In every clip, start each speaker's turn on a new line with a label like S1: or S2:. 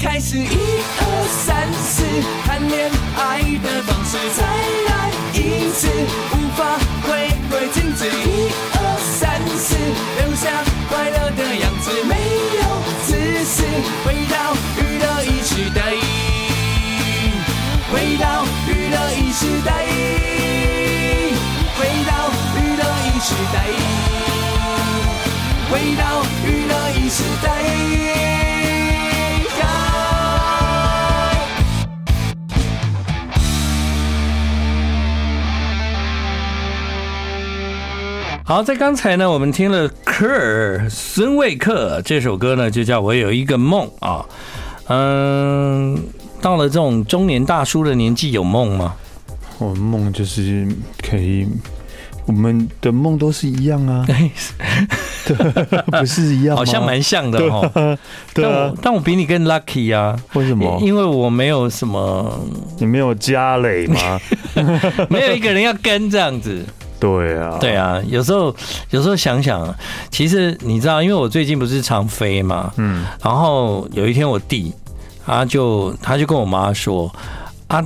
S1: 开始，一二三四，谈恋爱的方式再来一次，无法回归静止，一二三四，留下快乐的样子，没有自私，回到娱乐一时代，回到娱乐一时代，回到娱乐一时代。回到娱乐一时代。
S2: 好，在刚才呢，我们听了科尔孙卫克这首歌呢，就叫我有一个梦啊。嗯，到了这种中年大叔的年纪，有梦吗？
S3: 我的梦就是可以，我们的梦都是一样 啊，不是一样吗？啊
S2: 好像蛮像的哦。
S3: 对
S2: 但
S3: 啊
S2: 我，但我比你更 lucky 啊，
S3: 为什么？
S2: 因为我没有什么，
S3: 你没有家累吗？
S2: 没有一个人要跟这样子。
S3: 对啊，
S2: 对
S3: 啊，
S2: 啊，有时候有时候想想，其实你知道，因为我最近不是常飞嘛，
S3: 嗯，
S2: 然后有一天我弟，他就他就跟我妈说，啊，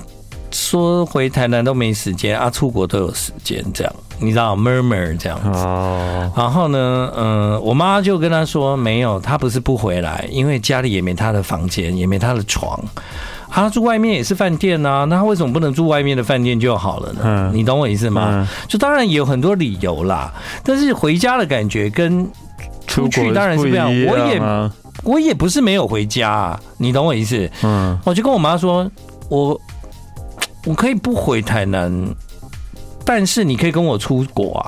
S2: 说回台南都没时间，啊，出国都有时间，这样你知道，murmur 这样子。
S3: 哦，
S2: 然后呢，嗯、我妈就跟他说，没有，他不是不回来，因为家里也没他的房间，也没他的床，他住外面也是饭店啊，那他为什么不能住外面的饭店就好了呢？
S3: 嗯
S2: 你懂我意思吗？
S3: 嗯
S2: 就当然也有很多理由啦，但是回家的感觉跟出去
S3: 国
S2: 当然是
S3: 不
S2: 不一样。
S3: 一
S2: 我也
S3: 样啊，
S2: 我也不是没有回家、啊，你懂我意思？
S3: 嗯，
S2: 我就跟我妈说，我我可以不回台南，但是你可以跟我出国啊，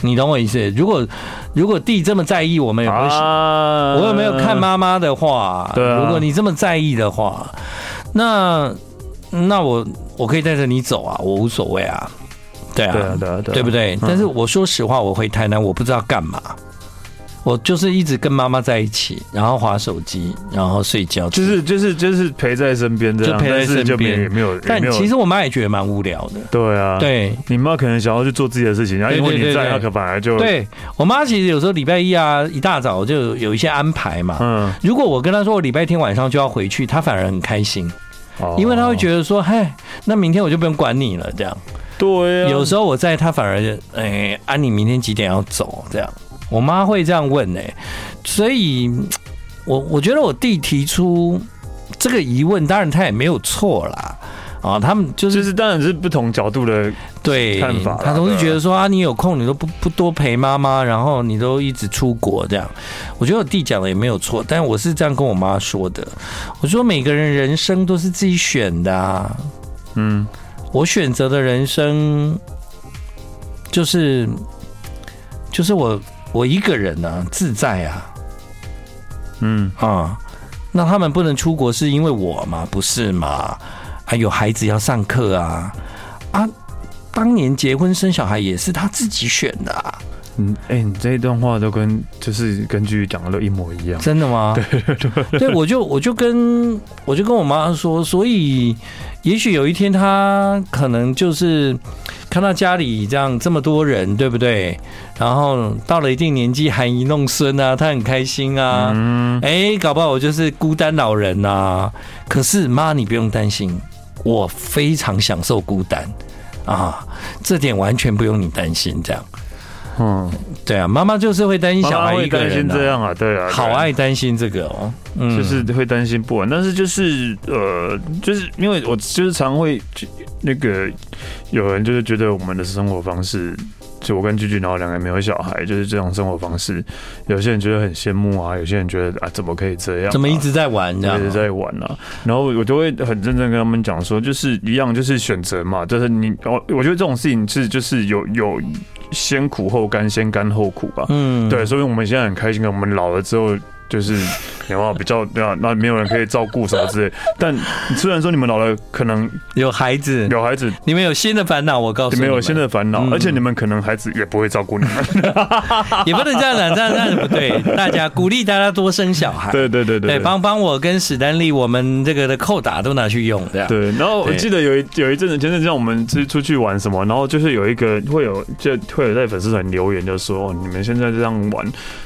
S2: 你懂我意思？如果如果弟这么在意我们有没有、
S3: 嗯啊
S2: 我有没有看？妈妈的话，
S3: 对啊
S2: 如果你这么在意的话，那那我我可以带着你走啊，我无所谓啊，对啊，
S3: 对啊，对啊，对啊，
S2: 对不对？但是我说实话，我回台南我不知道干嘛，我就是一直跟妈妈在一起，然后划手机，然后睡觉，
S3: 就是就是就是陪在身边这样，
S2: 就陪在
S3: 但是
S2: 身
S3: 就没
S2: 边
S3: 也没有，也
S2: 但
S3: 没有
S2: 其实我妈也觉得蛮无聊的。
S3: 对啊，，
S2: 对
S3: 你妈可能想要去做自己的事情，然后因为
S2: 对对
S3: 你
S2: 对
S3: 在，
S2: 对
S3: 她可反而就，
S2: 对，我妈其实有时候礼拜一啊一大早就有一些安排嘛。
S3: 嗯，
S2: 如果我跟她说我礼拜天晚上就要回去，她反而很开心，
S3: 哦
S2: 因为她会觉得说，嗨，那明天我就不用管你了这样。
S3: 对啊，
S2: 有时候我在，她反而就哎，啊你明天几点要走这样，我妈会这样问哎、所以我我觉得我弟提出这个疑问，当然他也没有错啦。啊，他们就是
S3: 就是当然是不同角度的，
S2: 对
S3: 看法啦
S2: 他总是觉得说啊，你有空你都不不多陪妈妈，然后你都一直出国这样。我觉得我弟讲的也没有错，但我是这样跟我妈说的。我说每个人人生都是自己选的、啊，
S3: 嗯，
S2: 我选择的人生就是就是我我一个人啊，自在啊
S3: 嗯，
S2: 啊、那他们不能出国是因为我嘛？不是嘛？还有孩子要上课啊啊！当年结婚生小孩也是他自己选的啊。
S3: 嗯，哎、你这一段话都跟就是根据讲的都一模一样，
S2: 真的 吗？对对我就我就跟我就跟我妈说，所以也许有一天她可能就是看到家里这样这么多人，对不对？然后到了一定年纪，含饴弄孙啊，她很开心啊。
S3: 嗯，
S2: 哎、搞不好我就是孤单老人呐、可是妈，你不用担心，我非常享受孤单啊，这点完全不用你担心。这样，
S3: 嗯，
S2: 对啊，妈妈就是会担心
S3: 妈
S2: 小
S3: 妈
S2: 孩
S3: 会
S2: 一个
S3: 担
S2: 人、
S3: 心这。样啊，对啊，
S2: 好
S3: 对啊
S2: 爱担心这个哦，嗯
S3: 就是会担心不完，但是就是呃，就是因为我就是常会就那个有人就是觉得我们的生活方式，就我跟居居然后两个人没有小孩，就是这种生活方式，有些人觉得很羡慕啊，有些人觉得啊怎么可以这样啊、
S2: 怎么一直在玩这
S3: 一直
S2: 样？
S3: 在玩啊，然后我就会很认真跟他们讲说，就是一样，就是选择嘛，就是你，哦，我觉得这种事情是就是有有先苦后甘，先甘后苦吧。
S2: 嗯，
S3: 对，所以我们现在很开心啊，我们老了之后就是 有没有比较对啊，那没有人可以照顾什么之类。但虽然说你们老了，可能
S2: 有孩子，
S3: 有孩子，
S2: 你们有新的烦恼，我告诉
S3: 你
S2: 你
S3: 们
S2: 们
S3: 有新的烦恼，而且你们可能孩子也不会照顾你们。
S2: 也不能这样讲，这样这样不对。大家鼓励大家多生小孩，
S3: 对对对对
S2: 对，。帮帮我跟史丹利，我们这个的扣打都拿去用，这样。
S3: 对，然后我
S2: 对
S3: 记得有一有一阵子，前阵子像我们出出去玩什么，然后就是有一个会有就会有在粉丝团留言就说，哦，你们现在这样玩，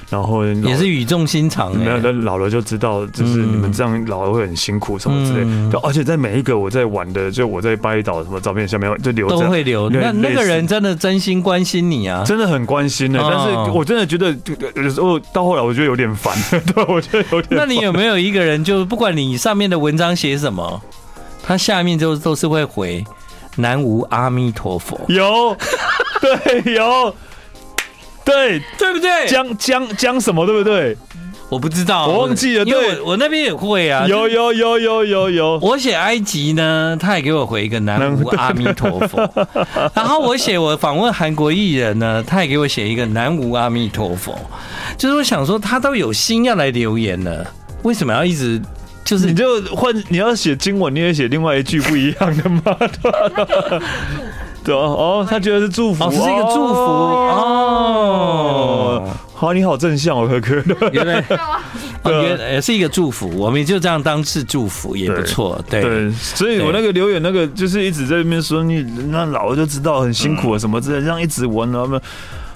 S3: 然后老
S2: 也是语重心长、
S3: 没有
S2: 欸，
S3: 老了就知道，就是你们这样老了会很辛苦什么之类。
S2: 嗯
S3: 对而且在每一个我在玩的，就我在巴厘岛什么照片下面就留着，
S2: 都会留。
S3: 类
S2: 那那个
S3: 类似
S2: 人真的真心关心你啊，
S3: 真的很关心呢、
S2: 哦
S3: 但是我真的觉得有时候到后来我觉得有点烦， 对，我觉得有点
S2: 那
S3: 烦。
S2: 你有没有一个人，就是不管你上面的文章写什么，他下面就都是会回“南无阿弥陀 佛
S3: 有对有对”，
S2: 对不对？
S3: 江江江什么对不对？
S2: 我不知道，
S3: 我忘记了
S2: 因为
S3: 对
S2: 我我那边也会啊。
S3: 有有有有有有，
S2: 我写埃及呢，他也给我回一个南无阿弥陀佛。然后我写我访问韩国艺人呢，他也给我写一个南无阿弥陀佛。就是我想说，他都有心要来留言了，为什么要一直就是
S3: 你就换你要写经文，你也写另外一句不一样的嘛，对吧对啊哦，他觉得是祝福，
S2: 哦，是一个祝福哦。
S3: 哦。好，你好正向哦，可可。
S2: 原来，
S3: 对
S2: 哦
S3: 啊
S2: 原来也是一个祝福，我们也就这样当是祝福也不错。对，
S3: 对，所以我那个留言那个就是一直在那边说你那老了就知道很辛苦啊什么之类的，这样一直啊玩然后呢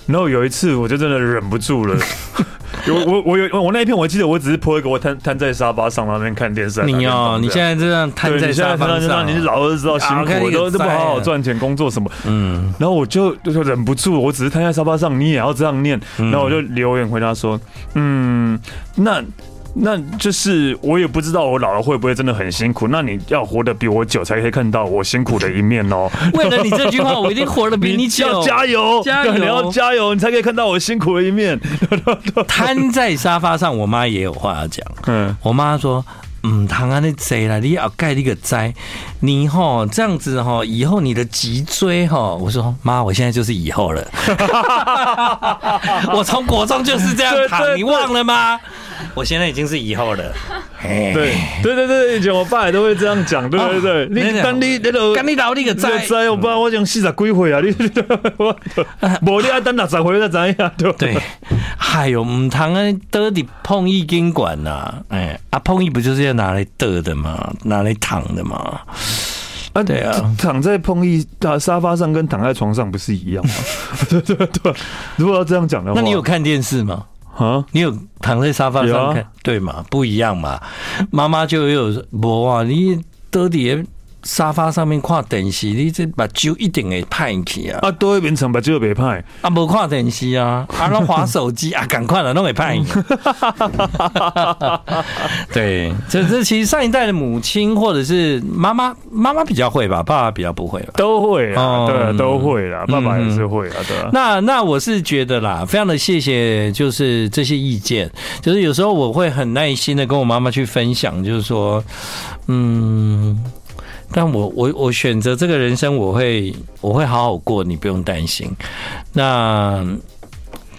S3: 然后有一次我就真的忍不住 了，有我我有我那一篇我记得我只是 po 一个我瘫瘫在沙发上然后那边看电视，啊
S2: 你哦，你现
S3: 在
S2: 在这样瘫在沙发上
S3: 你是，老了就知道辛
S2: 啊看
S3: 苦，
S2: 你个
S3: 都都不好好赚钱工作什么，
S2: 嗯，
S3: 然后我就就忍不住，我只是瘫在沙发上，你也要这样念。
S2: 嗯
S3: 然后我就留言回答说，嗯，那那就是我也不知道我老了会不会真的很辛苦。那你要活得比我久，才可以看到我辛苦的一面哦。
S2: 为了你这句话，我一定活得 比你
S3: 要
S2: 久。
S3: 加油，
S2: 加
S3: 对
S2: 油
S3: 你要加油，你才可以看到我辛苦的 一面。
S2: 瘫在沙发上，我妈也有话要讲。
S3: 嗯，
S2: 我妈说。嗯，唐安那贼啦，你要盖那个灾，你吼这样子吼，以后你的脊椎吼，我说妈，我现在就是以后了，我从国中就是这样
S3: 对对
S2: 躺，
S3: 对
S2: 你忘了吗？我现在已经是以后了，嘿
S3: 对，对对对，以前我爸也都会这样讲，对对对，
S2: 哦
S3: 你当你那个
S2: 干你老你个
S3: 你就
S2: 灾，
S3: 知，我爸我讲四十几回啊，你 我无你要啊等六十回才知影，啊对吧
S2: 对，哎呦，唔通啊，得你碰一根管呐，哎，啊碰一不就是要拿来得的吗？拿来躺的吗？
S3: 啊，
S2: 对啊
S3: 躺，躺在碰一啊沙发上跟躺在床上不是一样吗？ 对对对，如果要这样讲的话，
S2: 那你有看电视吗？
S3: 啊？
S2: 你有躺在沙发
S3: 有
S2: 上
S3: 啊
S2: 看，对嘛？不一样嘛。妈妈就有无啊，你到底沙发上面看电视，你这把酒一定会派去 啊！
S3: 啊，都会变成把这个别派，
S2: 啊，无看电视啊， 啊，拢划手机啊，赶快了，拢会派去。 对，这这其实上一代的母亲或者是妈妈，妈妈比较会吧，爸爸比较不会吧。
S3: 都会啊，
S2: 哦
S3: 对啊，都会啦，爸爸
S2: 嗯
S3: 也是会啊，对啊。
S2: 那那我是觉得啦，非常的谢谢，就是这些意见，就是有时候我会很耐心的跟我妈妈去分享，就是说，嗯，但我我我选择这个人生，我会我会好好过，你不用担心。那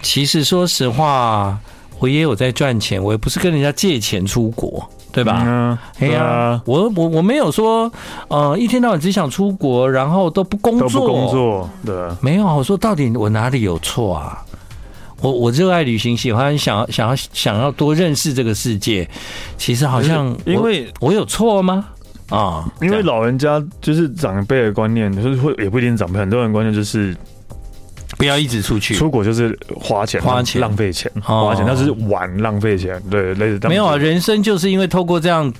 S2: 其实说实话，我也有在赚钱，我也不是跟人家借钱出国，对吧？
S3: 嗯，
S2: 哎
S3: 对
S2: 呀
S3: 啊，，
S2: 我我我没有说，呃，一天到晚只想出国，然后都不工
S3: 都
S2: 作，
S3: 不工作，对啊，
S2: 没有啊，我说到底我哪里有错啊？我我热爱旅行，喜欢想要想要想要多认识这个世界，其实好像
S3: 因
S2: 我
S3: 为
S2: 我有错吗？啊、
S3: 因为
S2: 这样
S3: 老人家就是长辈的观念，就是会也不一定长辈，很多人观念就是
S2: 不要一直出去，
S3: 出国就是花钱，
S2: 花钱
S3: 浪费钱，
S2: 哦
S3: 花钱，那就是玩浪费钱，对，类似这样
S2: 没有啊，
S3: 子
S2: 人生就是因为透过这样，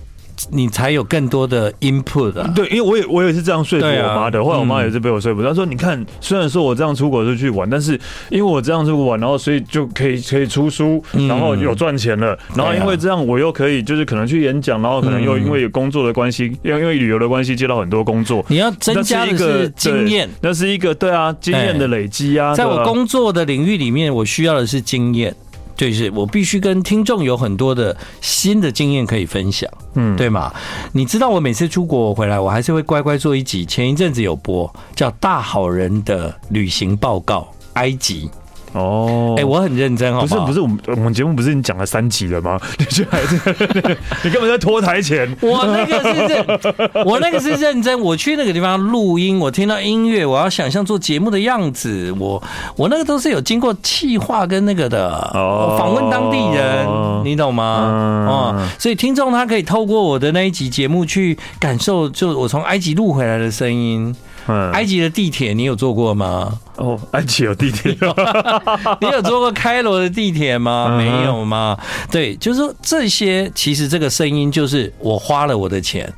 S2: 你才有更多的 input 啊。
S3: 对，因为我也我也是这样说服
S2: 对啊
S3: 我妈的，后来我妈也是被我说服。她说：“你看，虽然说我这样出国是去玩，但是因为我这样出国玩，然后所以就可以可以出书，
S2: 嗯
S3: 然后有赚钱了，然后因为这样我又可以就是可能去演讲，然后可能又
S2: 嗯
S3: 因为有工作的关系，又因为旅游的关系接到很多工作，
S2: 你要增加的是经验，哎
S3: 那是一个对啊经验的累积啊，
S2: 在
S3: 对
S2: 我
S3: 啊
S2: 工作的领域里面，我需要的是经验，就是我必须跟听众有很多的新的经验可以分享。
S3: 嗯
S2: 对嘛？你知道我每次出国回来，我还是会乖乖做一集。前一阵子有播叫《大好人的旅行报告》。埃及，
S3: 哦
S2: 哎、，我很认真，好
S3: 不是
S2: 好
S3: 不是，我们我们节目不是已经讲了三集了吗？ 你就还在 你根本在拖台前。
S2: 我那个是认，我那个是认真。我去那个地方录音，我听到音乐，我要想象做节目的样子。我我那个都是有经过气化跟那个的，
S3: 哦
S2: 我访问当地人，你懂吗？
S3: 嗯
S2: 哦，所以听众他可以透过我的那一集节目去感受，就我从埃及录回来的声音。
S3: 嗯，
S2: 埃及的地铁你有坐过吗？
S3: 哦，埃及有地铁，
S2: 哦 你有坐过开罗的地铁吗？
S3: 嗯哼
S2: 没有吗？对，就是说这些，其实这个声音就是我花了我的钱，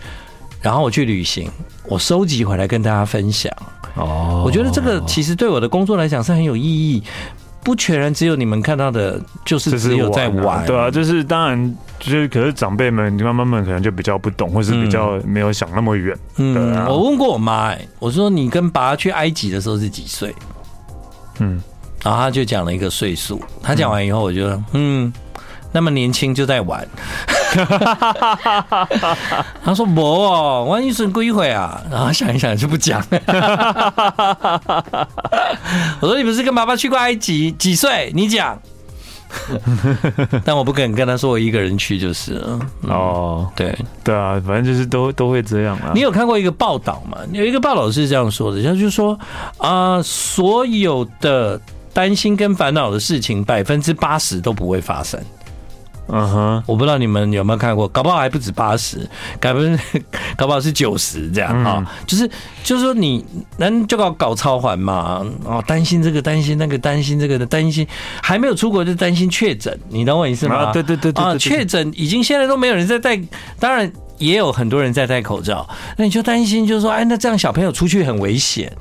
S2: 然后我去旅行，我收集回来跟大家分享。
S3: 哦
S2: 我觉得这个其实对我的工作来讲是很有意义，不全然只有你们看到的，就是
S3: 这
S2: 只
S3: 是
S2: 有在玩，
S3: 啊对啊，就是当然就是，可是长辈们、妈妈们可能就比较不懂，或是比较没有想那么远。对
S2: 嗯，
S3: 啊
S2: 我问过我妈、哎，我说你跟爸去埃及的时候是几岁？
S3: 嗯，
S2: 然后她就讲了一个岁数。她讲完以后，我就嗯，那么年轻就在 玩。她说不哦，万一顺过一会啊，然后想一想就不 讲。我说你不是跟爸爸去过埃及？几岁？你 讲。但我不敢跟她说我一个人去就是了。
S3: 哦，
S2: 对，
S3: 对啊，反正就是都都会这样啊。
S2: 你有看过一个报道吗？有一个报道是这样说的，他就是说啊、所有的担心跟烦恼的事情，百分之八十都不会发生。
S3: 嗯哼，
S2: 我不知道你们有没有看过，搞不好还不止八十，搞不 搞不好是九十这样
S3: 嗯
S2: 啊、就是就是说你，咱就搞搞超环嘛，哦，担心这个，担心那个，担心这个的，担心还没有出国就担心确诊，你懂我意思吗？
S3: 啊对对对对
S2: 啊，
S3: 对对
S2: 确诊已经现在都没有人在戴，当然也有很多人在戴口罩，那你就担心，就是说，哎，那这样小朋友出去很危险，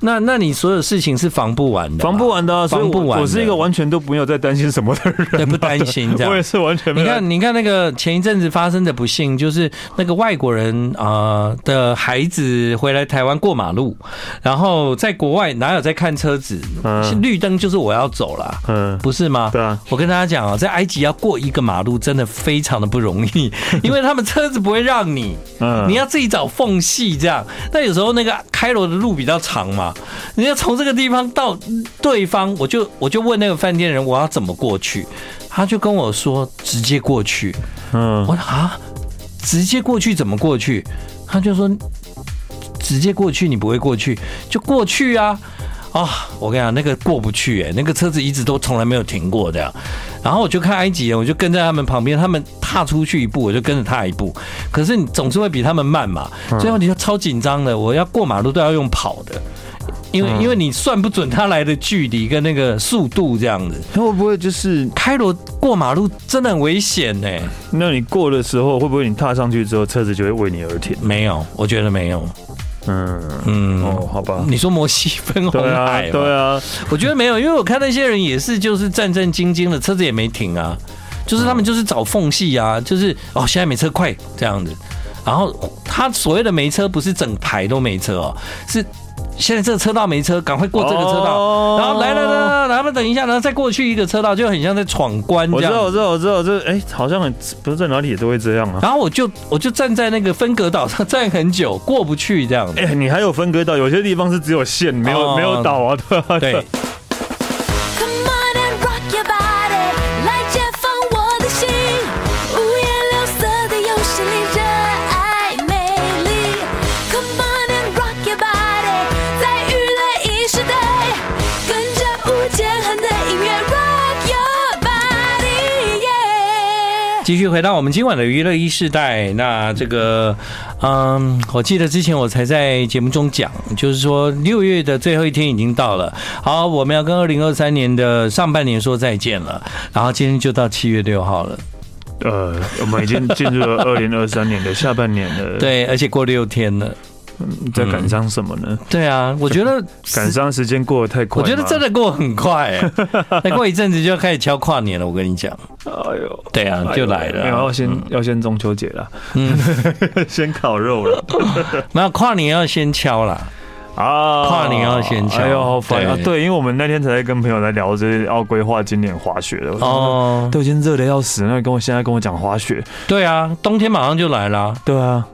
S2: 那那你所有事情是防不完的嘛，
S3: 防不完的啊，所以
S2: 防不
S3: 我
S2: 完的
S3: 我是一个完全都没有在担心什么的人，
S2: 对不担心这样
S3: 我也。是完全没
S2: 你
S3: 有。
S2: 看，你看那个前一阵子发生的不幸，就是那个外国人啊、呃的孩子回来台湾过马路，然后在国外哪有在看车子？
S3: 嗯
S2: 绿灯就是我要走啦，
S3: 嗯，
S2: 不是吗？
S3: 对啊，
S2: 我跟大家讲啊，在埃及要过一个马路真的非常的不容 易，因为他们车子不会让你，
S3: 嗯，
S2: 你要自己找缝隙这样。那有时候那个开罗的路比较长嘛，你要从这个地方到对方，我就我就问那个饭店人我要怎么过去，他就跟我说直接过去。
S3: 嗯
S2: 我说啊，直接过去怎么过去？他就说直接过去你不会过去，就过去啊。啊、我跟你讲，那个过不去哎、那个车子一直都从来没有停过这样。然后我就看埃及人，我就跟在他们旁边，他们踏出去一步，我就跟着他一步。可是你总是会比他们慢嘛，所以你就超紧张的。我要过马路都要用跑的，因为、因为你算不准他来的距离跟那个速度这样子。
S3: 那会不会就是
S2: 开罗过马路真的很危险欸呢、
S3: 那你过的时候，会不会你踏上去之后，车子就会为你而停？
S2: 没有，我觉得没有。
S3: 嗯，
S2: 嗯，
S3: 哦，好吧，
S2: 你说摩西分红
S3: 对啊
S2: 海，，
S3: 对
S2: 啊，
S3: 啊，
S2: 我觉得没有，因为我看那些人也是，就是战战兢兢的，车子也没停啊，就是他们就是找缝隙啊，就是哦，现在没车，快这样子。然后他所谓的没车，不是整排都没车哦，是现在这个车道没车，赶快过这个车道，
S3: 哦
S2: 然后来来来来，来他们等一下，然后再过去一个车道，就很像在闯关
S3: 我
S2: 这
S3: 知道，我
S2: 样。
S3: 知道，我知道，这哎、好像很不是在哪里也都会这样啊。
S2: 然后我就我就站在那个分隔岛上站很久，过不去这样子。
S3: 哎、你还有分割岛，有些地方是只有线，没有、
S2: 哦
S3: 没有岛啊，对啊，
S2: 对，
S4: Come on and rock your body，来解放我的心，五颜六色的游戏里热爱美丽。Come on and rock your body，在娱乐一时代，跟着无间恨的音乐 rock your body，yeah
S2: 继续回到我们今晚的娱乐一世代，那这个，嗯，我记得之前我才在节目中讲，就是说六月的最后一天已经到了，好，我们要跟二零二三年的上半年说再见了，然后今天就到七月六号了，
S3: 呃，我们已经进入了二零二三年的下半年 了，，
S2: 对，而且过六天了，
S3: 在感伤什么呢？
S2: 对啊，我 觉得
S3: 感伤时间过嗯得太快
S2: 我
S3: 吗，
S2: 觉得真的过很 快、欸，再过一阵子就要开始敲跨年了，我跟你讲，
S3: 哎呦，
S2: 对啊
S3: 哎呦
S2: 就来了啊
S3: 没有要先、要先中秋节了，
S2: 嗯，
S3: 先烤肉了
S2: 那跨年要先敲啦，
S3: 啊，
S2: 跨年要先敲
S3: 哎呦，好烦啊！
S2: 对
S3: 对，因为我们那天才在跟朋友在聊，就是要规划今年滑雪的，哦，
S2: 哦，
S3: 都已经热的要死，那跟我现在跟我讲滑雪，
S2: 对啊，冬天马上就来了，
S3: 对啊，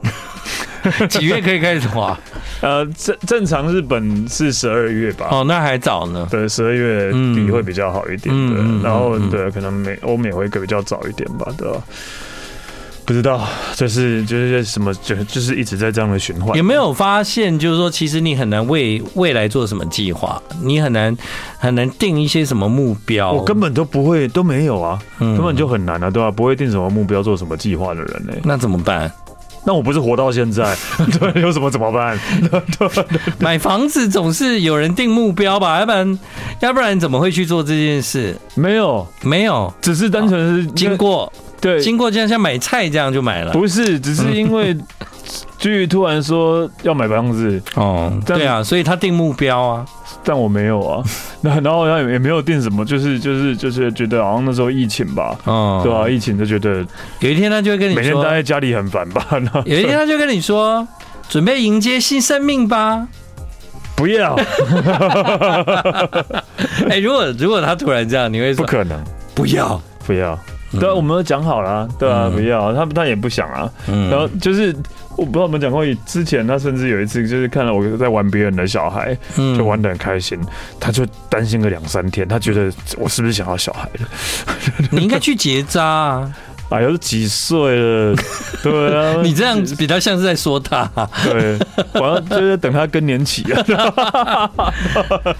S2: 几月可以开始滑？
S3: 呃，正正常日本是十二月吧。
S2: 哦，那还早呢。
S3: 对，十二月底会比较好一点，
S2: 嗯
S3: 对。
S2: 嗯嗯
S3: 然后
S2: 嗯嗯
S3: 对，可能美欧美会比较早一点吧，对吧？不知道，就是就是什么，就就是一直在这样的循环。
S2: 有没有发现，就是说，其实你很难为未来做什么计划，你很难很难定一些什么目标。
S3: 我根本都不会，都没有啊，
S2: 嗯
S3: 根本就很难啊，对吧、不会定什么目标，做什么计划的人呢、
S2: 那怎么办？
S3: 那我不是活到现在， 对，有什么怎么 办？
S2: 买房子总是有人定目标吧，要不然要不然怎么会去做这件事？
S3: 没有，
S2: 没有，
S3: 只是单纯是
S2: 经过
S3: 对，
S2: 经过就像像买菜这样就买了。
S3: 不是，只
S2: 嗯
S3: 是 因为居宇突然说要买房子，
S2: 哦，
S3: 但
S2: 对啊，所以他定目标啊，
S3: 但我没有 啊，那然后然后也也没有定什么，就是就是就是觉得好像那时候疫情吧。
S2: 哦，
S3: 对啊，疫情就觉得
S2: 有一天他就会跟你
S3: 每天
S2: 说
S3: 待，在家里很烦 吧？那
S2: 有一天他就跟你说，准备迎接新生命吧。
S3: 不要，
S2: 哎、如果如果他突然这样，你会
S3: 不
S2: 说
S3: 可能，
S2: 不要？
S3: 不要。对啊，我们都讲好了啊，对啊，
S2: 嗯
S3: 不要，他他也不想啊。
S2: 嗯
S3: 然后就是我不知道我们讲过，之前他甚至有一次就是看到我在玩别人的小孩，
S2: 嗯
S3: 就玩的很开心，他就担心个两三天，他觉得我是不是想要小孩了？
S2: 你应该去结扎 啊！
S3: 哎呀，都几岁 了？对啊，
S2: 你这样子比较像是在说他，
S3: 对，我要就是等他更年期啊。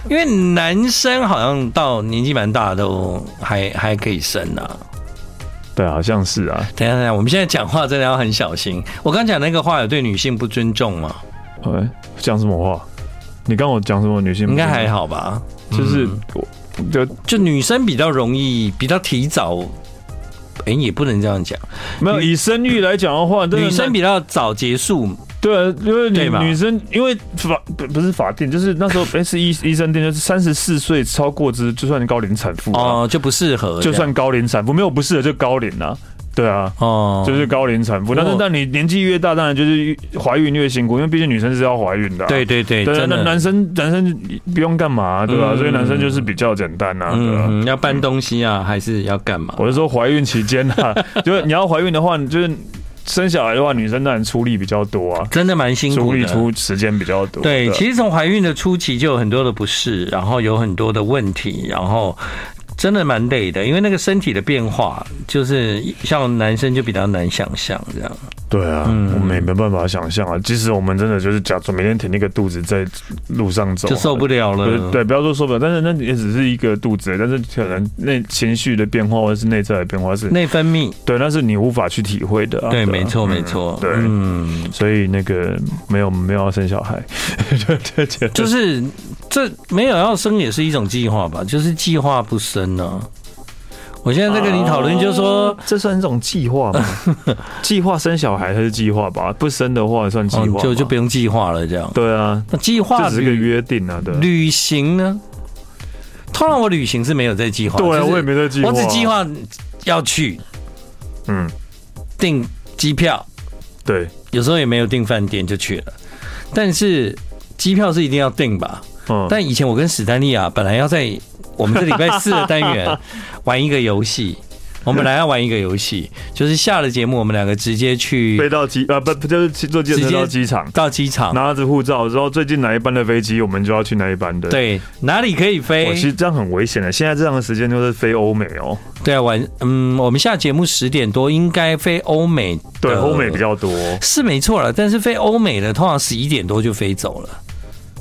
S2: 因为男生好像到年纪蛮大都还还可以生啊。
S3: 对，好像是啊，
S2: 等一下等一下，我们现在讲话真的要很小心。我刚讲那个话有对女性不尊重吗？
S3: 哎，讲什么话？你刚我讲什么女性？
S2: 应该还，好吧？
S3: 嗯就是
S2: 嗯
S3: 我就
S2: 就女生比较容易，比较提早，哎、也不能这样讲，
S3: 没有以生育来讲的话，真的
S2: 女生
S3: 那
S2: 比较早结束。
S3: 对啊，因为
S2: 对
S3: 女
S2: 吧
S3: 女生因为法不不是法定，就是那 时候哎是医医生定，就是三十四岁超过之就算高龄产妇啊，
S2: 哦，就不适合这
S3: 就
S2: 样，
S3: 算高龄产妇没有不是的就高龄啊，对啊。
S2: 哦，
S3: 就是高龄产妇，但是
S2: 哦
S3: 但你年纪越大，当然就是越怀孕越辛苦，因为毕竟女生是要怀孕的啊、
S2: 对对对，
S3: 对啊，
S2: 真
S3: 那
S2: 的，
S3: 男生男生不用干嘛、啊对吧、
S2: 嗯
S3: 所以男生就是比较简单啊，嗯对吧、
S2: 嗯，嗯要搬东西啊，还是要干嘛？
S3: 我是说怀孕期间啊， 就是你要怀孕的话，你就是生小孩的话，女生当然出力比较多啊，
S2: 真的蛮辛
S3: 出
S2: 苦
S3: 力
S2: 的。
S3: 出时间比较多。
S2: 对，
S3: 啊
S2: 其实从怀孕的初期就有很多的不适，然后有很多的问题，然后真的蛮累的，因为那个身体的变化，就是像男生就比较难想象这样。
S3: 对啊，
S2: 嗯
S3: 我们也没办法想象啊。即使我们真的就是假装每天挺那个肚子在路上走啊，
S2: 就受不了
S3: 不是
S2: 了。
S3: 对，不要说受不了，但是那也只是一个肚子而已，但是可能那情绪的变化或者是内在的变化是，
S2: 内分泌，
S3: 对，那是你无法去体会的、啊。
S2: 对，
S3: 啊
S2: 没错，
S3: 嗯
S2: 没错，
S3: 对
S2: 嗯，
S3: 所以那个没有没有要生小 孩，对对对，
S2: 就是这没有要生也是一种计划吧，就是计划不生呢、我现在在跟你讨论，就是说
S3: 哦，这算一种计 划吗？计划生小孩还是计划吧？不生的话算计划
S2: 哦
S3: 吗、
S2: 就就不用计划了，这样。
S3: 对啊，
S2: 那计划
S3: 这只是个
S2: 旅
S3: 约定啊，对啊。
S2: 旅行呢？通常我旅行是没有在计划，
S3: 对啊，
S2: 就是
S3: 我也没在计划，
S2: 我只计，划要去
S3: 嗯，
S2: 订机票，
S3: 对，
S2: 有时候也没有订饭店就去了，但是机票是一定要订吧？
S3: 嗯，
S2: 但以前我跟史丹利啊，本来要在我们这礼拜四的单 元玩一个游戏，我们本来要玩一个游戏，就是下了节目，我们两个直接
S3: 飞
S2: 去
S3: 到机啊，不不就是去坐计程
S2: 直接啊
S3: 车到机场，
S2: 到机场，
S3: 拿着护照，然后最近哪一班的飞机，我们就要去哪一班的。，
S2: 对，哪里可以
S3: 我
S2: 飞
S3: 其？实这样很危险的，现在这样的时间就是飞欧美哦，
S2: 对啊，晚嗯，我们下节目十点多应该飞欧美的，
S3: 对，欧美比较多。
S2: 是没错了，但是飞欧美的通常十一点多就飞走了。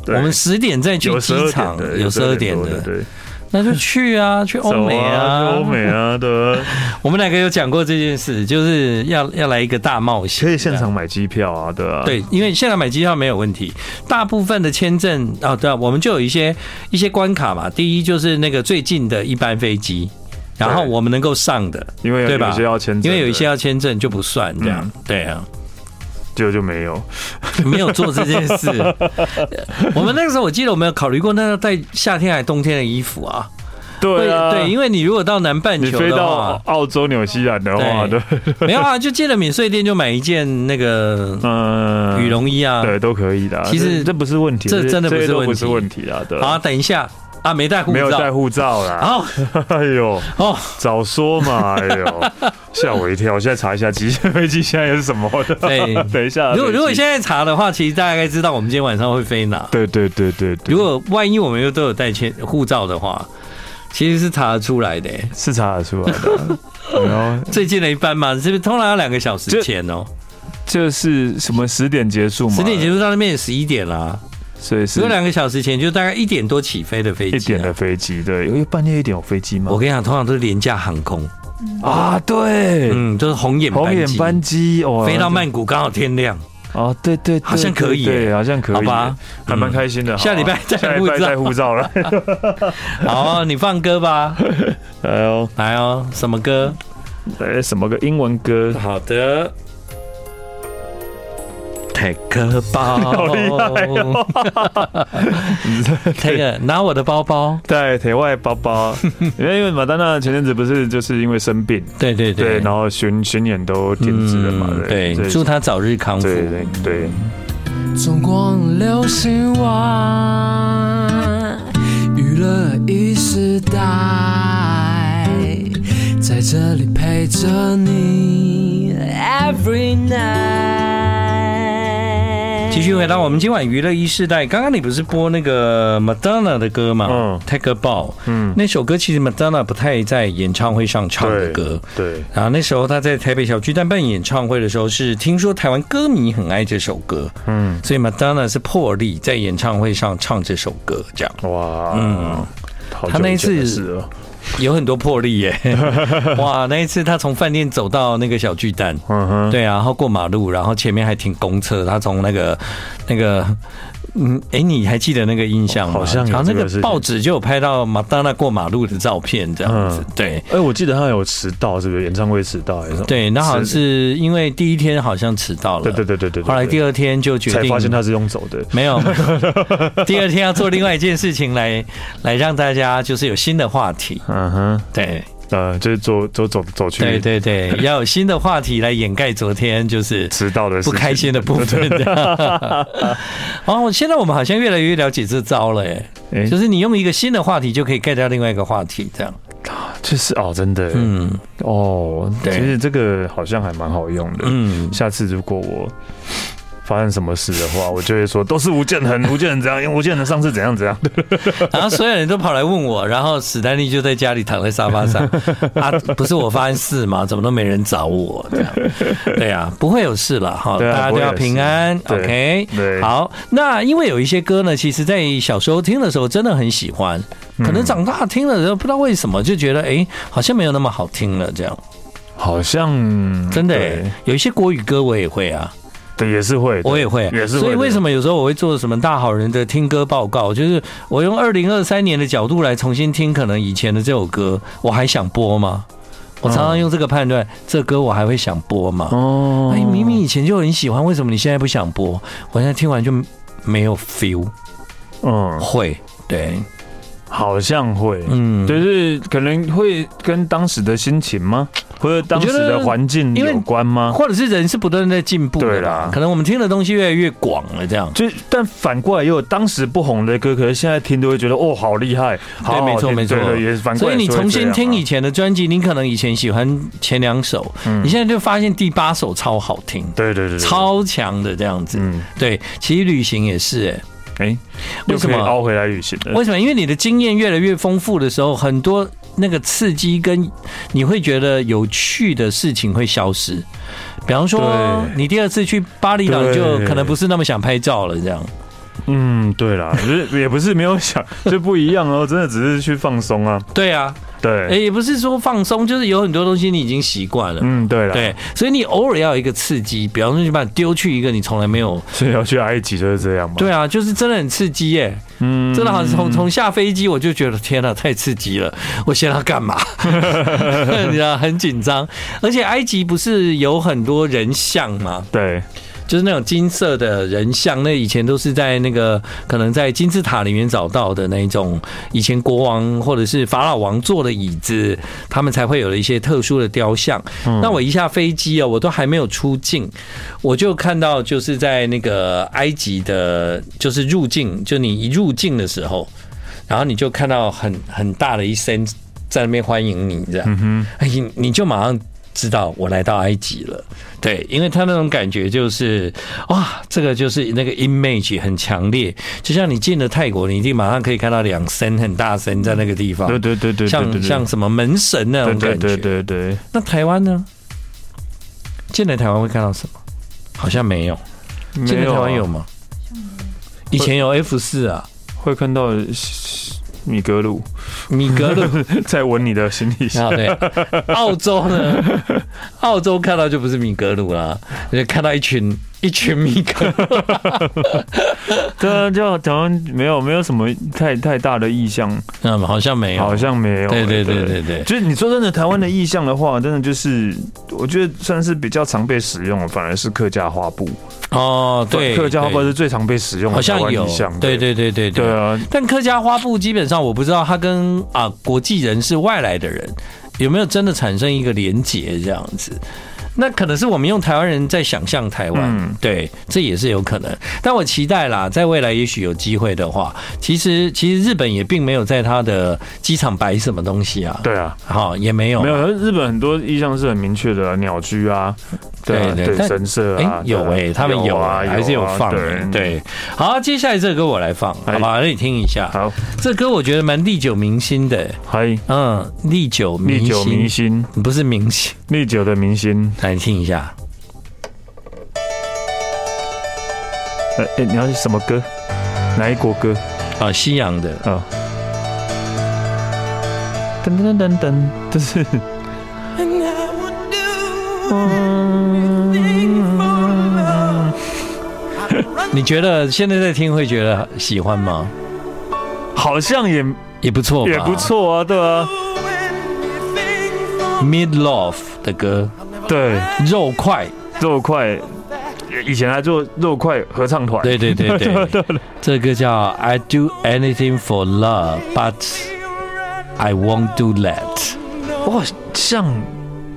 S3: 对
S2: 我们十点再去
S3: 有十
S2: 机
S3: 二
S2: 场
S3: 点，的，
S2: 有十二点
S3: 多
S2: 的，
S3: 对，
S2: 那就去啊，去欧美
S3: 走
S2: 啊，
S3: 去欧美啊，对啊，
S2: 我们两个有讲过这件事，就是要要来一个大冒险，
S3: 可以现场买机票啊，对啊，
S2: 对，因为现在买机票没有问题，大部分的签证啊，对啊，我们就有一些一些关卡嘛。第一就是那个最近的一班飞机，然后
S3: 对
S2: 我们能够上的，
S3: 因为有
S2: 对吧
S3: 有些要签证的，嗯
S2: 因为有一些要签证就不算这样。对啊，
S3: 就就没有，
S2: 没有做这件 事。我们那个时候我记得我们有考虑过，那要带夏天还冬天的衣服啊？
S3: 对啊，
S2: 对，因为你如果到南半
S3: 你
S2: 球
S3: 飞
S2: 的
S3: 到
S2: 话，
S3: 澳洲、纽西兰的话，
S2: 对
S3: 对，
S2: 没有啊，就借了免税店就买一件那个
S3: 嗯，
S2: 羽绒衣啊。
S3: 对都可以的啊，
S2: 其实
S3: 这这不是问题，
S2: 这真的不
S3: 这
S2: 是
S3: 些都
S2: 问题
S3: 不是问题啦，对
S2: 好啊，
S3: 啊，
S2: 等一下啊，没带护
S3: 没有带
S2: 照。
S3: 护照啦，
S2: 哦
S3: 哎呦，
S2: 哦，
S3: 早说嘛！哎 呦，吓我一跳！我现在查一下机飞机现在是什么的。
S2: 对
S3: 等一下。
S2: 哎如果如果现
S3: 在
S2: 在查的话，其实大概知道我们今天晚上会飞哪。
S3: 对对对对对，
S2: 如果万一我们又都有带签护照的话，其实是查得出来的、欸
S3: 是查得出来的。 然后
S2: 最近的一班嘛，是不是通常要两个小时前哦、
S3: 就是什么十点结束嘛？
S2: 十点结
S3: 束，
S2: 束到那边也十一点啦。
S3: 所以是
S2: 如果两个小时前，就大概一点多起飞的飞机、啊
S3: 一点的。飞机。对，因为半夜一点有飞机吗
S2: 我？跟你讲，通常都是廉价航空，
S3: 啊，对，
S2: 嗯，就是红眼
S3: 红眼
S2: 鸡
S3: 班机哦，
S2: 飞到曼谷刚好天亮。
S3: 哦，对对，对
S2: 好像可以
S3: 对，
S2: 耶
S3: 对好像可以耶，
S2: 好吧
S3: 还蛮开心的。
S2: 下礼拜
S3: 好
S2: 再
S3: 下礼拜
S2: 护照
S3: 再护 照了。
S2: 好，你放歌吧，
S3: 哎呦，
S2: 来哦，什么歌？
S3: 哎，什么个英文歌？
S2: 好的。Take a
S3: 好厉害
S2: 包
S3: 哦！
S2: ，Take a 拿我的包包。
S3: 在铁外 包包，因为因为马丹娜前阵子不是就是因为生病，
S2: 对对
S3: 对，然后巡巡演都停止了嘛，
S2: 嗯
S3: 对，所
S2: 对，
S3: 以
S2: 祝他早日康复。
S3: 对对对，
S1: 中广流行网，娱乐一时代，在这里陪着你 every night。
S2: 继续回到我们今晚娱乐一世代，刚刚你不是播那个 Madonna 的歌嘛？
S3: 嗯
S2: t a k e a Bow，
S3: 嗯，
S2: 那首歌其实 Madonna 不太在演唱会上唱的
S3: 对
S2: 歌。
S3: 对，
S2: 然后那时候她在台北小巨蛋办演唱会的时候，是听说台湾歌迷很爱这首歌，
S3: 嗯，
S2: 所以 Madonna 是破例在演唱会上唱这首歌，这样
S3: 哇，嗯，好
S2: 他
S3: 久
S2: 那一
S3: 以前的
S2: 次
S3: 事哦了，
S2: 有很多破例 耶。哇，那一次她从饭店走到那个小巨蛋，
S3: 嗯哼，
S2: 对啊，然后过马路，然后前面还停公车，他从那个那个。嗯，哎，你还记得那个印象吗？
S3: 好像有
S2: 然后那
S3: 这个
S2: 个
S3: 事情
S2: 报纸就有拍到马当娜过马路的照片，这样子。
S3: 嗯
S2: 对
S3: 哎，我记得他有迟到，是不是演唱会迟到还是什么？
S2: 对，那好像是因为第一天好像迟到了，
S3: 对对对对对对
S2: 后来第二天就决
S3: 才
S2: 定，
S3: 发现他是用走的，
S2: 没有， 没有第二天要做另外一件事情来来让大家就是有新的话题。
S3: 嗯哼，
S2: 对
S3: 呃，就是走走走走去，
S2: 对对对，要有新的话题来掩盖昨天就是
S3: 迟到的事
S2: 不
S3: 情
S2: 开心的部分。哦，现在我们好像越来越了解这招了，哎、
S3: 哎
S2: 就是你用一个新的话题就可以盖掉另外一个话题，这样。
S3: 就是哦，真的，
S2: 嗯
S3: 哦，其
S2: 对
S3: 实这个好像还蛮好用的。
S2: 嗯，
S3: 下次如果我发生什么事的话，我就会说都是吴建衡，吴建衡怎样，因为吴建衡上次怎样怎样。
S2: 然啊后所有人都跑来问我，然后史丹利就在家里躺在沙发 上啊，不是我发生事嘛，怎么都没人找我这样。对啊，不会有事了哈，
S3: 对啊
S2: 大家都要
S3: 不会有事
S2: 平安。
S3: 对
S2: OK，
S3: 对
S2: 好，那因为有一些歌呢，其实在小时候听的时候真的很喜欢，可能长大听了之后不知道为什么就觉得哎、好像没有那么好听了这样。
S3: 好像
S2: 真的、
S3: 嗯对
S2: 欸，有一些国语歌我也会啊，
S3: 对，也是会的，
S2: 我也会，
S3: 也是会的。
S2: 所以为什么有时候我会做什么大好人的听歌报告，就是我用二零二三年的角度来重新听，可能以前的这首歌，我还想播吗？我常常用这个判断，这歌我还会想播吗？
S3: 哦，
S2: 哎，明明以前就很喜欢，为什么你现在不想播？我现在听完就没有 feel，
S3: 嗯，
S2: 会，对，
S3: 好像会，
S2: 嗯，
S3: 就是可能会跟当时的心情吗，或者当时
S2: 我觉
S3: 的
S2: 得
S3: 环境
S2: 因为
S3: 有关吗？
S2: 或者是人是不断在进步的
S3: 对
S2: 啦
S3: 啦，
S2: 可能我们听的东西越来越广了，这样。
S3: 就但反过来也有当时不红的歌，可是现在听都会觉得哦，好厉害，好好
S2: 对，没错
S3: 听
S2: 没错
S3: 对对，也是反过
S2: 所
S3: 来
S2: 以
S3: 也
S2: 你
S3: 是会
S2: 重
S3: 这
S2: 新
S3: 样
S2: 听
S3: 啊
S2: 以前的专辑，你可能以前喜欢前两首，
S3: 嗯
S2: 你现在就发现第八首超好听，
S3: 对对对，对，
S2: 超强的这样子。
S3: 嗯，
S2: 对，其实旅行也是、欸，
S3: 哎，
S2: 为什么
S3: 又可以凹回来旅行了？
S2: 为什么？因为你的经验越来越丰富的时候，很多那个刺激跟你会觉得有趣的事情会消失。比方说，
S3: 对
S2: 你第二次去巴厘岛，
S3: 对
S2: 你就可能不是那么想拍照了，这样。
S3: 嗯，对啦， 就是也不是没有想，就不一样哦，真的只是去放松啊。
S2: 对啊，
S3: 对，
S2: 哎、也不是说放松，就是有很多东西你已经习惯了。
S3: 嗯，对啦，，
S2: 对，啊所以你偶尔要有一个刺激，比方说你把你丢去一个你从来没有，
S3: 所以要去埃及就是这样嘛。，
S2: 对啊，就是真的很刺激耶、
S3: 嗯
S2: 真的好像从从下飞机我就觉得天哪、太刺激了，我现在要干嘛？ 你知道很紧张，而且埃及不是有很多人像吗？
S3: 对，
S2: 就是那种金色的人像，那以前都是在那个可能在金字塔里面找到的那一种，以前国王或者是法老王坐的椅子，他们才会有的一些特殊的雕像。那我一下飞机哦，我都还没有出境，我就看到就是在那个埃及的，就是入境，就你一入境的时候，然后你就看到很很大的一声在那边欢迎你这样。
S3: 嗯
S2: 哎，你你就马上知道我来到埃及了。对，因为他那种感觉就是，哇，这个就是那个 image 很强烈，就像你进了泰国，你一定马上可以看到两声很大声在那个地
S3: 哼，
S2: 方，
S3: 对对对对，对
S2: 啊像像，什么门神那
S3: 对
S2: 种
S3: 对对
S2: 感觉。
S3: 对对对，
S2: 那台湾呢？进来台湾会看到什么？好像没有。
S3: 对
S2: 进来台湾
S3: 没
S2: 有
S3: 啊
S2: 吗？以前有 F 四啊，
S3: 会看到米 格鲁
S2: 米格鲁，
S3: 在闻你的行李 箱。
S2: 啊对，澳洲呢，澳洲看到就不是米格鲁啦，就看到一群一群米格鲁，
S3: 对啊，就好像没有没有什么太太大的意向，
S2: 嗯，好像没有，
S3: 好像没有。
S2: 对对对对对，
S3: 就是你说真的，台湾的意象的话，真的就是我觉得算是比较常被使用，反而是客家花布。
S2: 哦对，
S3: 客家花布
S2: 对
S3: 是最常被使用的
S2: 好
S3: 台
S2: 像
S3: 湾
S2: 有
S3: 意象。，
S2: 对对对对
S3: 对啊，
S2: 但客家花布基本上我不知道他跟啊国际人士、外来的人有没有真的产生一个连结这样子。那可能是我们用台湾人在想象台湾，
S3: 嗯
S2: 对，这也是有可能。但我期待啦，在未来也许有机会的话，其实其实日本也并没有在它的机场摆什么东西啊，
S3: 对啊。
S2: 好、也没有，
S3: 没有，可是日本很多意象是很明确的、啊，鸟居啊，啊
S2: 对对
S3: 对，
S2: 但
S3: 神社
S2: 哎、
S3: 啊，
S2: 有哎、
S3: 对啊
S2: 他们有啊，还是有
S3: 啊
S2: 放、
S3: 对
S2: 欸。，对，好，接下来这个歌我来放，
S3: 哎
S2: 好吧？那你听一下，
S3: 好，
S2: 这歌我觉得蛮历久弥新的、欸
S3: 嗨，
S2: 嗯，历久弥
S3: 历久弥
S2: 新，
S3: 新，
S2: 不是明星，
S3: 历久的明星，
S2: 来听一下。
S3: 呃，哎，你要是什么歌？哪一国歌？
S2: 啊，西洋的，
S3: 啊、噔噔噔噔噔，就是
S1: And I would do anything for love.
S2: 你觉得现在在听会觉得喜欢吗？
S3: 好像也
S2: 也不错吧，
S3: 也不。错啊，对啊，
S1: Do anything for
S2: Mid Love 的歌，
S3: 对，
S2: 肉块，
S3: 肉块，以前还做肉块合唱团，
S2: 对对 对对，这个歌叫 I Do Anything for Love, but I won't do that。
S3: 我好像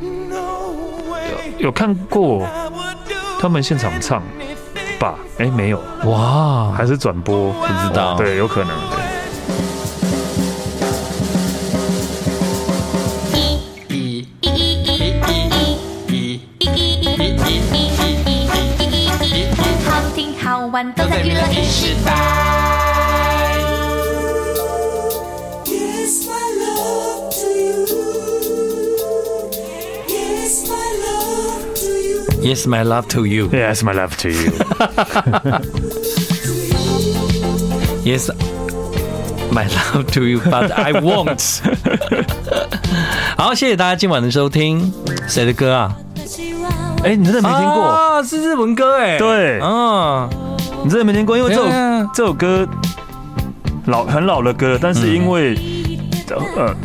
S1: no way.
S3: 有看过
S1: I would do
S3: 他们现场唱
S1: anything
S3: 吧？哎，没有，
S2: 哇，
S3: 还是转播，不
S2: 知道
S3: 对，有可能，对。Eh,
S4: 好听好玩都在娱乐一时代。
S1: Yes, my love to you. Yes, my love to you.
S2: Yes, my love to you.
S3: Yes, my love to you 。
S2: Yes, my love to you, but I won't 。好，谢谢大家今晚的收听。谁的歌啊？
S3: 哎、你真的没听过？
S2: 啊，是日文歌哎。
S3: 对啊
S2: 嗯，
S3: 你真的没听过？因为这首、
S2: 对啊
S3: 这首歌老很老的歌了，但是因为、呃呃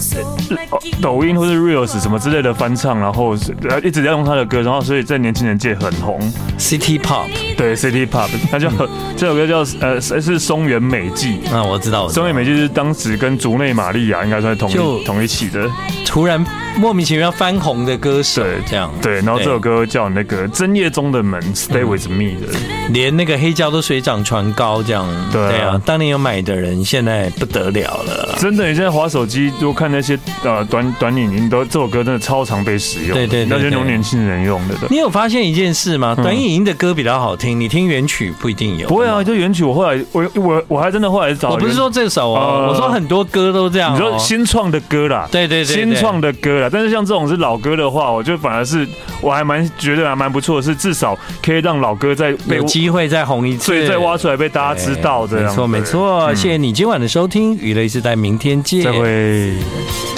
S3: 抖音或者 reels 什么之类的翻唱，然后是呃一直在用他的歌，然后所以在年轻人界很红。
S2: ，City Pop。
S3: 对，City Pop，它叫、这首歌叫呃是是松原美纪。
S2: 啊，我知道，我知
S3: 松
S2: 道
S3: 原美纪是当时跟竹内玛利亚应该算是同
S2: 就
S3: 一同一起的，
S2: 突然莫名其妙翻红的歌手
S3: 对，
S2: 这样。
S3: 对。然后这首歌叫那个《真夜中的门》，Stay with me 的，
S2: 连那个黑胶都水涨船高这样。
S3: 对啊
S2: 当年有买的人现在不得了了啦。
S3: 真的，你现在滑手机，如果看那些呃短短影音，都这首歌真的超常被使用，
S2: 对对对
S3: 那些
S2: 对
S3: 都年轻人用的。对
S2: 你有发现一件事吗？短影音的歌比较好听，你听原曲不一定有。
S3: 嗯不会啊，就原曲，我后来我我我还真的后来找，
S2: 我不是说这首哦，
S3: 呃
S2: 我说很多歌都这样、哦。
S3: 你说新创的歌啦，
S2: 对对对对
S3: 新创的歌啦，但是像这种是老歌的话，我就反而是我还蛮觉得还蛮不错，的是至少可以让老歌再被
S2: 有机会再红一次，
S3: 所以再挖出来被大家知道，这嗯
S2: 对
S3: 样
S2: 没错没，错，谢谢你今晚的收听，娱乐时代，明天见，
S3: 对再会。
S4: 「